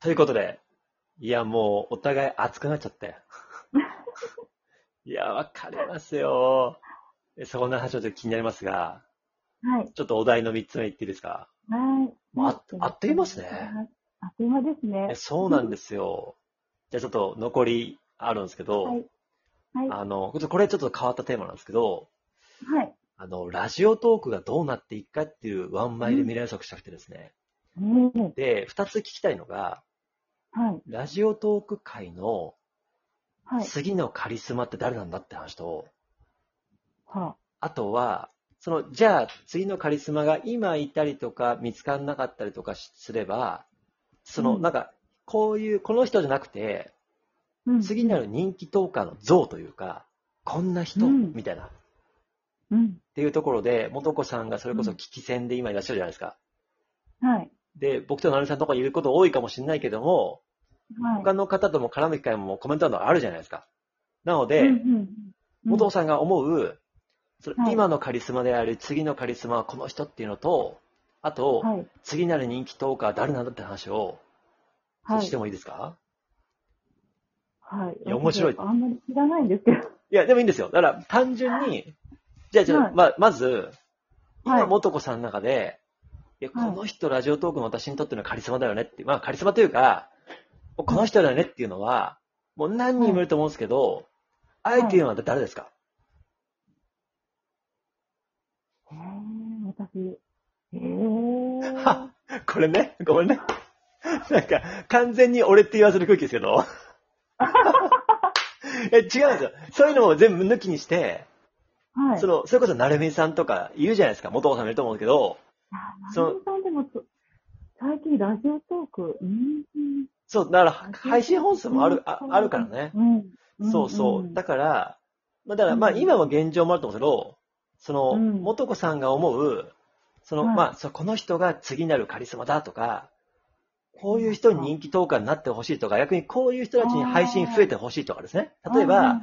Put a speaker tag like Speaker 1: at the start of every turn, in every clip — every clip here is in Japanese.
Speaker 1: ということで、いや、もう、お互い熱くなっちゃったよ。いや、わかりますよ。えそんな話もちょっと気になりますが、
Speaker 2: はい。
Speaker 1: ちょっとお題の3つ目言っていいですか
Speaker 2: はい。
Speaker 1: もうああっという間ですね
Speaker 2: あっという間ですね
Speaker 1: え。そうなんですよ。じゃあちょっと残りあるんですけど、
Speaker 2: はいはい。
Speaker 1: あの、ちょっとこれちょっと変わったテーマなんですけど、
Speaker 2: はい。
Speaker 1: あの、ラジオトークがどうなっていくかっていうワンマイル未来予測したくてですね。
Speaker 2: うんはい。
Speaker 1: で、2つ聞きたいのが、ラジオトーク界の
Speaker 2: はい。
Speaker 1: 次のカリスマって誰なんだって話と、
Speaker 2: ほら。
Speaker 1: あとは、その、じゃあ次のカリスマが今いたりとか見つからなかったりとかしすれば、その、
Speaker 2: うん
Speaker 1: なんか、こういう、この人じゃなくて、
Speaker 2: うん
Speaker 1: 次になる人気トーカーの像というか、こんな人、
Speaker 2: うん
Speaker 1: みたいな。っ
Speaker 2: うん。
Speaker 1: ていうところで、元子さんがそれこそ危機戦で今いらっしゃるじゃないですか。
Speaker 2: はい。
Speaker 1: で、僕と成美さんとかいること多いかもしれないけども、
Speaker 2: はい。
Speaker 1: 他の方とも絡む機会もコメントなどあるじゃないですか。なので、
Speaker 2: うんうんうん
Speaker 1: 元子さんが思う、それ
Speaker 2: はい
Speaker 1: 今のカリスマである次のカリスマはこの人っていうのと、あと、
Speaker 2: はい。
Speaker 1: 次なる人気トーカー誰なんだって話を、
Speaker 2: はい。
Speaker 1: してもいいですか
Speaker 2: はい。
Speaker 1: いや面白い
Speaker 2: 私あんまり知らないんですけど。
Speaker 1: いや、でもいいんですよ。だから、単純に、じゃあ、じゃあ、
Speaker 2: はい
Speaker 1: ままず、
Speaker 2: は
Speaker 1: 今、
Speaker 2: い
Speaker 1: 元子さんの中で、いや、こ
Speaker 2: はい
Speaker 1: の人、ラジオトークの私にとってのカリスマだよねって、まあ、カリスマというか、もうこの人だよねっていうのは、もう何人もいると思うんですけど、あえて言うのは誰ですか、
Speaker 2: えー、私。えー。
Speaker 1: これね、ごめんね。なんか、完全に俺って言わせる空気ですけ ど。え違うんですよ。そういうのも全部抜きにして、
Speaker 2: はい。
Speaker 1: その、それこそ、なるみさんとか言うじゃないですか。元子さんもいると思うんですけど、
Speaker 2: あ、
Speaker 1: その
Speaker 2: 成美さんでもと、最近ラジオトーク、うん。
Speaker 1: そう、だから、配信本数もある、ああるからね。
Speaker 2: うん。ん
Speaker 1: そうそう。だから、まあ、だから、まあ、
Speaker 2: うん
Speaker 1: 今も現状もあると思うんですけど、その、
Speaker 2: うん
Speaker 1: 元子さんが思う、その、
Speaker 2: はい
Speaker 1: まあ、そうこの人が次なるカリスマだとか、こういう人に人気投下になってほしいとか、逆にこういう人たちに配信増えてほしいとかですね。例え
Speaker 2: はいは
Speaker 1: ば、
Speaker 2: いはい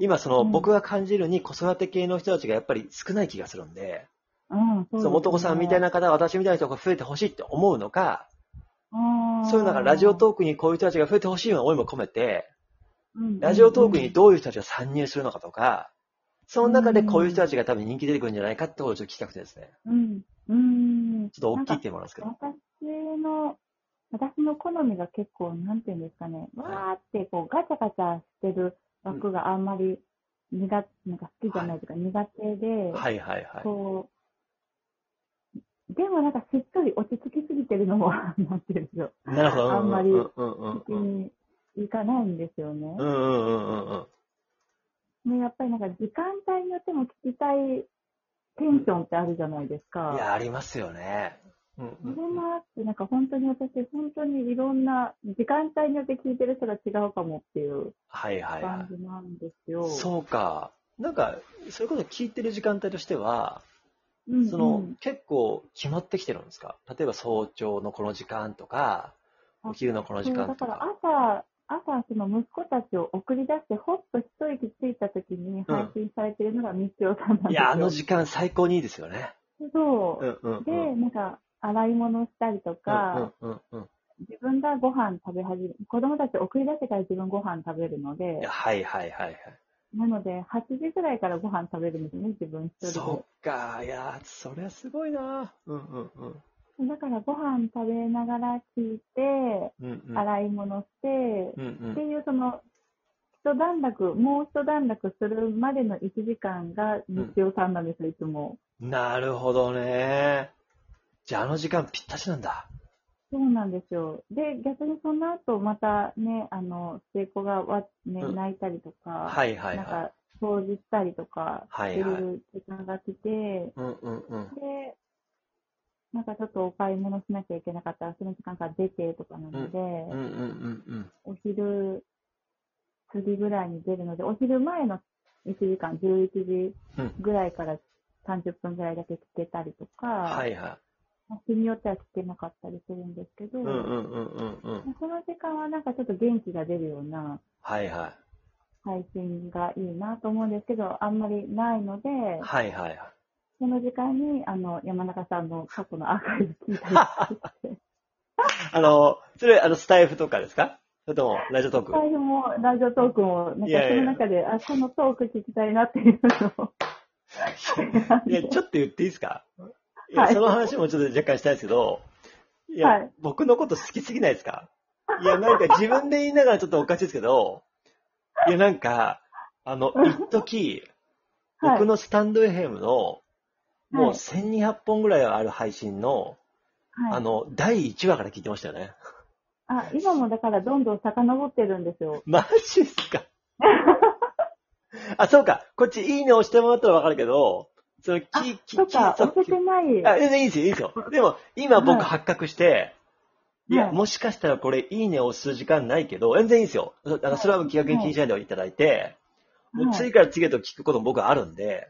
Speaker 1: 今その
Speaker 2: うん
Speaker 1: 僕が感じるに子育て系の人たちがやっぱり少ない気がするんで、
Speaker 2: うん、そう
Speaker 1: その元子さんみたい
Speaker 2: な、
Speaker 1: な方、私みたいな人が増えてほしいって思うのか、
Speaker 2: あー
Speaker 1: そういうなんかラジオトークにこういう人たちが増えてほしいような思いも込めて、
Speaker 2: うんうんうん
Speaker 1: ラジオトークにどういう人たちが参入するのかとか、その中でこういう人たちが多分人気出てくるんじゃないかってことをちょっと聞きたくてですね。
Speaker 2: うん、うん、
Speaker 1: ちょっと大きいテーマなんですけど。
Speaker 2: 私の、私の好みが結構、なんていうんですかね、
Speaker 1: はい
Speaker 2: わーってこうガチャガチャしてる枠があんまり苦手、なんか好きじゃないというか苦手で、
Speaker 1: はいはいはい。
Speaker 2: こう、でもなんかしっとり落ち着きすぎてるのも、 なんていうんでしょう、
Speaker 1: なるほど。
Speaker 2: あんまり
Speaker 1: うんうんうん
Speaker 2: 気
Speaker 1: うん。
Speaker 2: にいかないんですよね。
Speaker 1: うんうんうんうんうん。
Speaker 2: ね、やっぱりなんか時間帯によっても聞きたいテンションってあるじゃないです
Speaker 1: い
Speaker 2: か。
Speaker 1: や、ありますよね。うん
Speaker 2: それ
Speaker 1: うん
Speaker 2: もあって、なんか本当に私、本当にいろんな時間帯によって聞いてる人が違うかもっていう
Speaker 1: はいはいは
Speaker 2: 感じなんですよ。
Speaker 1: い。そうか。なんか、そういうこと聞いてる時間帯としては、
Speaker 2: うんうん
Speaker 1: その、結構決まってきてるんですか例えば早朝のこの時間とか、お昼のこの時
Speaker 2: そう
Speaker 1: 間
Speaker 2: だ
Speaker 1: と
Speaker 2: から
Speaker 1: か。
Speaker 2: 朝、朝、その息子たちを送り出して、ほっと一息ついた時に配信されてるのがみちおさんなんですよ。
Speaker 1: いや、あの時間最高にいいですよね。
Speaker 2: そう
Speaker 1: う。んうんうん。
Speaker 2: で、なんか、洗い物したりとか、
Speaker 1: うんうんうんうん。
Speaker 2: 自分がご飯食べ始め、子供たち送り出してから自分ご飯食べるので
Speaker 1: いや、はいはいはいはい。
Speaker 2: なので、8時ぐらいからご飯食べるんですね、自分一人
Speaker 1: そっか、いやー、そりゃすごいな。うんうんうん。
Speaker 2: で。だからご飯食べながら聞いて、
Speaker 1: うんうん。
Speaker 2: 洗い物して、
Speaker 1: うんうん
Speaker 2: っていうその、一段落、もう一段落するまでの1時間が日曜さんなんですよ、いつも。
Speaker 1: なるほどね。じゃあ、あの時間ぴったしなんだ。
Speaker 2: そうなんですよ。で、逆にその後またね、あの、末っ子がわ、ね、
Speaker 1: うん
Speaker 2: 泣いたりとか、
Speaker 1: はいはい
Speaker 2: なん
Speaker 1: はい。
Speaker 2: か掃除したりとか、
Speaker 1: はい
Speaker 2: って
Speaker 1: はい
Speaker 2: いう時間が来て、
Speaker 1: うんうんうん。
Speaker 2: で、なんかちょっとお買い物しなきゃいけなかったら、その時間から出てとかなので、
Speaker 1: うんうんうんうん。
Speaker 2: お昼過ぎぐらいに出るので、お昼前の1時間、11時ぐらいから30分ぐらいだけ聞けたりとか、
Speaker 1: はいはい。
Speaker 2: まあ日によっては聞けなかったりするんですけど、
Speaker 1: うんうんうんうんうん。
Speaker 2: その時間はなんかちょっと元気が出るような
Speaker 1: はいは
Speaker 2: 配信がいいなと思うんですけど、あんまりないので、
Speaker 1: い。はいはいはい。
Speaker 2: その時 間にあの山中さんの過去のアーカイブ聞いたりとかして。
Speaker 1: あの、それ、あの、スタイフとかですかそれとも、ラジオトーク
Speaker 2: 最初もラジオトークも、なん
Speaker 1: い
Speaker 2: か
Speaker 1: やい
Speaker 2: そ
Speaker 1: や
Speaker 2: の中で、あ、このトーク聞きたいなっていうのを。
Speaker 1: いや、ちょっと言っていいですかい
Speaker 2: は
Speaker 1: や、
Speaker 2: い
Speaker 1: その話もちょっと若干したいですけど、い
Speaker 2: は
Speaker 1: や
Speaker 2: い、
Speaker 1: 僕のこと好きすぎないですかいや、なんか自分で言いながらちょっとおかしいですけど、いや、なんか、あ の、一時、
Speaker 2: はい
Speaker 1: 僕のスタンドエヘムの、もう
Speaker 2: はい
Speaker 1: 1200本ぐらいある配信の、
Speaker 2: はい、
Speaker 1: あの、第1話から聞いてましたよね。
Speaker 2: あ、今もだからどんどん遡ってるんですよ。
Speaker 1: マジっす かあ、そうか。こっちいいね押してもらったらわかるけど、その、き、
Speaker 2: あ
Speaker 1: き、き、
Speaker 2: そっか、
Speaker 1: そう
Speaker 2: 押せてない。
Speaker 1: あ、全然いいですよ、いいですよ。でも、今僕
Speaker 2: はい
Speaker 1: 発覚して、い
Speaker 2: は
Speaker 1: や、
Speaker 2: い
Speaker 1: もしかしたらこれ、いいねを押す時間ないけど、全然いいですよ。そあのそれは気楽に気にしないでいただいて、もう
Speaker 2: はい
Speaker 1: 次から次へと聞くことも僕はあるんで、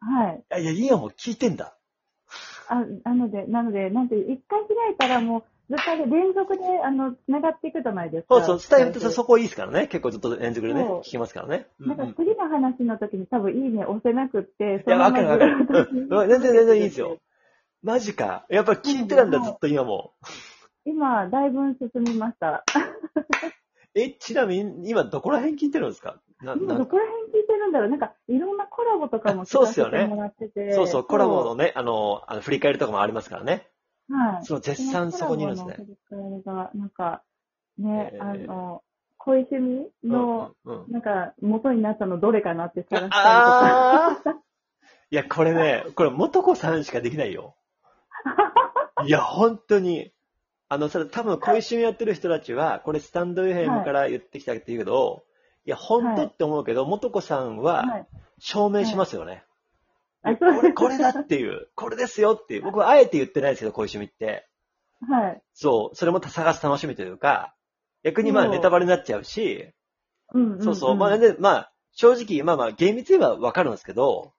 Speaker 2: はい。
Speaker 1: あいや、いいよ、もう聞いてんだ。
Speaker 2: あ、なので、なので、なんて、一回開いたらもう、ずっと連続で、あの、繋がっていくじゃないですか。
Speaker 1: そうそう、スタイルって
Speaker 2: そ
Speaker 1: そこいいですからね。結構ずっと連続でね、
Speaker 2: そう
Speaker 1: 聞きますからね。
Speaker 2: う。なん
Speaker 1: うんう
Speaker 2: か
Speaker 1: ん
Speaker 2: 次の話の時に多分いいね押せなくって、
Speaker 1: いや、わかるわかる。
Speaker 2: ずっと
Speaker 1: うんうん全然全然いいですよ。。マジか。やっぱ聞いてたんだ、
Speaker 2: うん
Speaker 1: ずっと今も。
Speaker 2: 今、だいぶ進みました。
Speaker 1: え、ちなみに、今どこら辺聞いてるんですかな
Speaker 2: 今
Speaker 1: な
Speaker 2: どこら辺聞いてるんだろうなんか、いろんなコラボとかも
Speaker 1: あ
Speaker 2: 聞
Speaker 1: そうっ
Speaker 2: か
Speaker 1: す
Speaker 2: せ
Speaker 1: よ
Speaker 2: て
Speaker 1: ね
Speaker 2: もらってて。
Speaker 1: そうそう、コラボのね、あの、あの振り返りとかもありますからね。
Speaker 2: の。はい。
Speaker 1: その絶賛そこにいるんですね。
Speaker 2: コラボの振り返りが、なんか、ね、
Speaker 1: えー
Speaker 2: あの、恋趣味の、
Speaker 1: うんうんうん
Speaker 2: なんか、元になったのどれかなって探したりとか。
Speaker 1: ああ いや、これね、これ、元子さんしかできない よ。いや、本当に。あの、それ多分、小一緒にやってる人たちは、これ、スタンド FM から言ってきたって言うけど、い、や、本当って思うけど、元子さん
Speaker 2: は。
Speaker 1: はい証明しますよね。
Speaker 2: はい
Speaker 1: いやこれ、これだっていう、これですよっていう、僕はあえて言ってないですけど、小一緒にって。
Speaker 2: はい。
Speaker 1: そう、それも探す楽しみというか、逆にまあ、
Speaker 2: そう
Speaker 1: ネタバレになっちゃうし、
Speaker 2: うん、うん。
Speaker 1: そうそう。まあ、
Speaker 2: ね。
Speaker 1: で、まあ、正直、まあまあ、厳密にはわかるんですけど、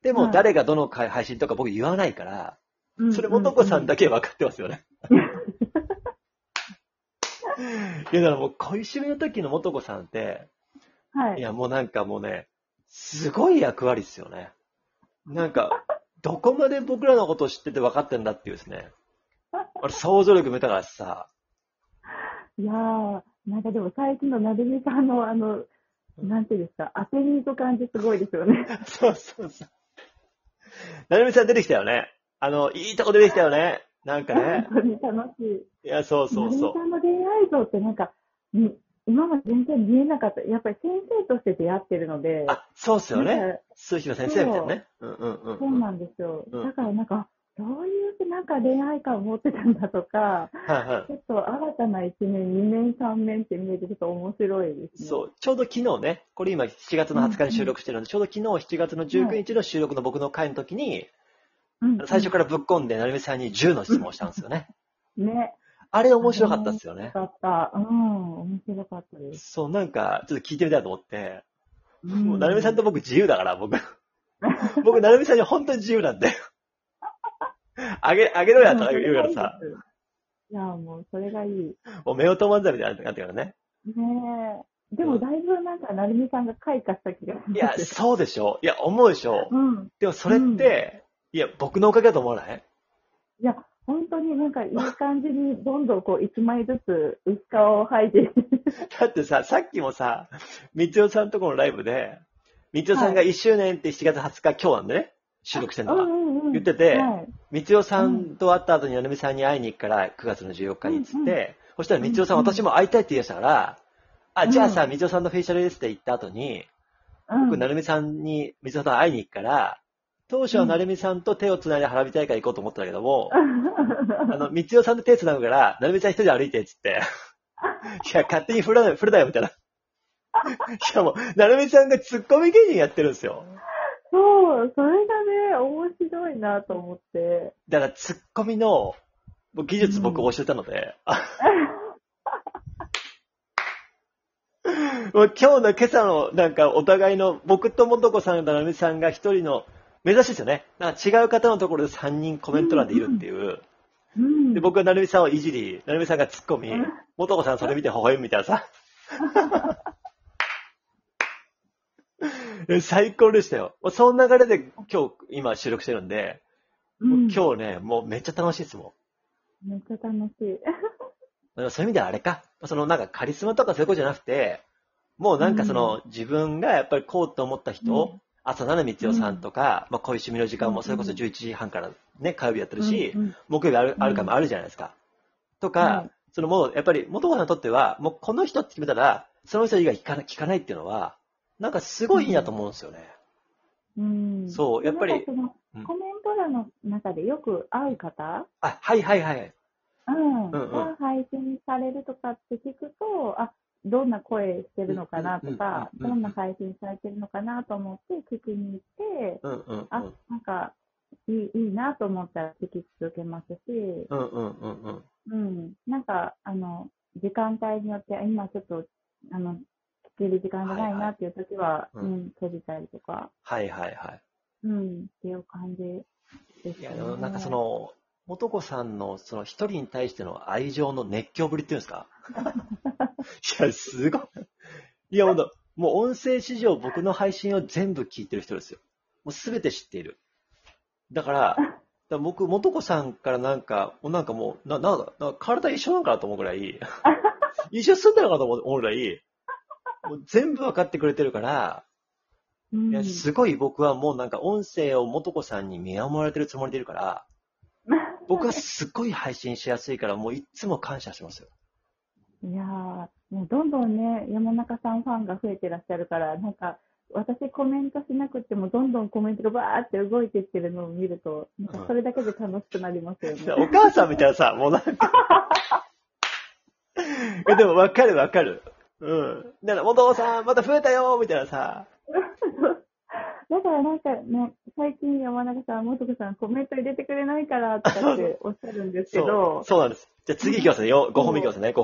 Speaker 1: で
Speaker 2: は
Speaker 1: も
Speaker 2: い
Speaker 1: 誰がどの回配信とか僕言わないから、
Speaker 2: うん
Speaker 1: それもとこさんだけ分かってますよ ね。いや、だからもう、恋しめの時のもとこさんって、
Speaker 2: うんはいい。
Speaker 1: や、もうなんかもうね、すごい役割っすよね。なんか、どこまで僕らのことを知ってて分かってんだっていうですね。あれ、想像力見たからさ、
Speaker 2: いやー、なんかでも最近のなるみさんの、あの、なんていうんですか、当てに行く感じすごいですよね。
Speaker 1: そうそうそう。なるみさん出てきたよね。あの、いいとこ出てきたよね。なんかね
Speaker 2: 本。当に楽しい。
Speaker 1: いや、そう
Speaker 2: な
Speaker 1: そ
Speaker 2: る
Speaker 1: う
Speaker 2: み
Speaker 1: そう
Speaker 2: さ。んの恋愛像ってなんか、に今まで全然見えなかった。やっぱり先生として出会ってるので、
Speaker 1: あ、そうっすよ
Speaker 2: な
Speaker 1: ね。
Speaker 2: んか
Speaker 1: 数秘の先生みたいなね。うんうんうん。
Speaker 2: そうなんですよ。
Speaker 1: うん
Speaker 2: だからなんか、そういうなんか恋愛感を持ってたんだとか、
Speaker 1: はいは
Speaker 2: ちょっと新たな一面、二面、三面って見えてちょっと面白いで
Speaker 1: い。
Speaker 2: すね。
Speaker 1: そう、ちょうど昨日ね、これ今7月の20日に収録してるんで、ちょうど昨日7月の19日の収録の僕の回の時に、
Speaker 2: うん。
Speaker 1: 最初からぶっこんで、なるみさんに10の質問をしたんですよね。
Speaker 2: ら。ね。
Speaker 1: あれ面白かったっすよ
Speaker 2: よ
Speaker 1: ね。
Speaker 2: かった。うん。面白かったです。
Speaker 1: そう、なんか、ちょっと聞いてみたいと思って、
Speaker 2: うん
Speaker 1: もう、なるみさんと僕自由だから、僕。僕、なるみさんに本当に自由なんで。あげ、あげろやとか言うからさ、。
Speaker 2: いや、もうそれがいい。
Speaker 1: もう夫婦漫才みたいになってからね。
Speaker 2: ねえ。でもだいぶなんか、なるみさんが開花した気がします。
Speaker 1: いや、そうでしょいや、思うでしょ
Speaker 2: うん。
Speaker 1: でもそれって、いや、僕のおかげだと思わない
Speaker 2: いや、本当になんかいい感じに、どんどんこう、一枚ずつ薄皮を剥いで、
Speaker 1: だってさ、さっきもさ、みつよさんとこのライブで、みつよさんが1周年って7月20日、今日なんでね、収録してん
Speaker 2: う
Speaker 1: のは。
Speaker 2: んうんうん
Speaker 1: 言ってて
Speaker 2: はい
Speaker 1: みつよさんと会った後に、なるみさんに会いに行くから、9月の14日にっつって、
Speaker 2: うんう
Speaker 1: そしたらみつよさん、
Speaker 2: うんうん
Speaker 1: 私も会いたいって言い出したから、あ、じゃあさ、
Speaker 2: う
Speaker 1: みつよさんのフェイシャルエステ行った後に、
Speaker 2: うん
Speaker 1: 僕、なるみさんに、みつよさんと会いに行くから、当初はなるみさんと手をつないで花火大会行こうと思ってたけども、あの、みつよさんと手繋ぐから、なるみちゃん一人で歩いて、っつって。 いや、勝手に振らない、振るなよ、みたいな。しかも、なるみちゃんがツッコミ芸人やってるんですよ。
Speaker 2: そう、それがね、面白いなと思って。
Speaker 1: だから、ツッコミの、僕技術僕教えたので、 あもう今日の今朝の、なんか、お互いの、僕ともとこさんとなるみさんが一人の、珍しいですよね。なんか違う方のところで3人コメント欄でいるっていう。
Speaker 2: うん。
Speaker 1: で、僕はなるみさんをいじり、なるみさんがツッコミ
Speaker 2: うん、
Speaker 1: もとこさんそれ見て微笑むみたいなさ。 え最高でしたよ。もうその流れで今日、今収録してるんで、
Speaker 2: うん
Speaker 1: 今日ね、もうめっちゃ楽しいですも
Speaker 2: めっちゃ楽しい。
Speaker 1: でもそういう意味ではあれか。そのなんかカリスマとかそういうことじゃなくて、もうなんかその、自分がやっぱりこうと思った人を、
Speaker 2: う
Speaker 1: 朝ななみつよさんとか、まあこういう趣味の時間もそれこそ11時半からね、火曜日やってるし、
Speaker 2: うんうん
Speaker 1: 木曜日ある
Speaker 2: うん
Speaker 1: あるかもあるじゃないですか。とか、
Speaker 2: はい
Speaker 1: そのもうやっぱり元子さんにとっては、もうこの人って決めたら、その人以外聞かな聞かないっていうのは、なんかすごいいいなと思うんですよね。
Speaker 2: うん
Speaker 1: そうやっぱり
Speaker 2: なんかその
Speaker 1: うん
Speaker 2: コメント欄の中でよく会う方、
Speaker 1: あ、はいはいはい。
Speaker 2: う
Speaker 1: うん
Speaker 2: ん
Speaker 1: うん
Speaker 2: が配信されるとかって聞くと、あどんな声してるのかなとか、
Speaker 1: うんうんう
Speaker 2: ど
Speaker 1: んうん
Speaker 2: んな配信されてるのかなと思って聞きに行って、
Speaker 1: うんうんうん。
Speaker 2: あなんかいいいいなと思ったら聞き続けますし、
Speaker 1: うんうんうんうん。
Speaker 2: うん、なんかあの時間帯によって、あ今ちょっとあの聞ける時間がないなっていう時は、
Speaker 1: はいはいうん
Speaker 2: うん、閉じたりとか、
Speaker 1: はいはいは
Speaker 2: うん、っていう感じで
Speaker 1: い。い
Speaker 2: す
Speaker 1: や、
Speaker 2: よ
Speaker 1: で
Speaker 2: ね。
Speaker 1: もなんかその、元子さんのその一人に対しての愛情の熱狂ぶりっていうんですかいや、すごい。いや、ほんと、もう音声史上僕の配信を全部聞いてる人ですよ。もうすべて知っている。だから、だから僕、元子さんからなんか、もうなんかもう、な、なんか、なんか体一緒なのかなと思うぐらい、一緒に住んだのかなと思うぐらい、もう全部わかってくれてるから、
Speaker 2: うん、
Speaker 1: いや、すごい僕はもうなんか音声を元子さんに見守られてるつもりでいる から、僕はすっごい配信しやすいから、もういつも感謝してますよ。
Speaker 2: いやー、もうどんどんね、山中さんファンが増えてらっしゃるから、なんか、私コメントしなくても、どんどんコメントがバーって動いてってるのを見ると、なんかそれだけで楽しくなりますよね。
Speaker 1: お母さんみたいなさ、もうなん か。えでもわかるわかる。うん。だから、元子さん、また増えたよみたいなさ。
Speaker 2: だからなんかね、最近山中さん、もとこさんコメント入れてくれないからとかっておっしゃるんですけ
Speaker 1: そう
Speaker 2: ど、
Speaker 1: そうなんです。じゃあ次行きますね。5本目行きますね。5本目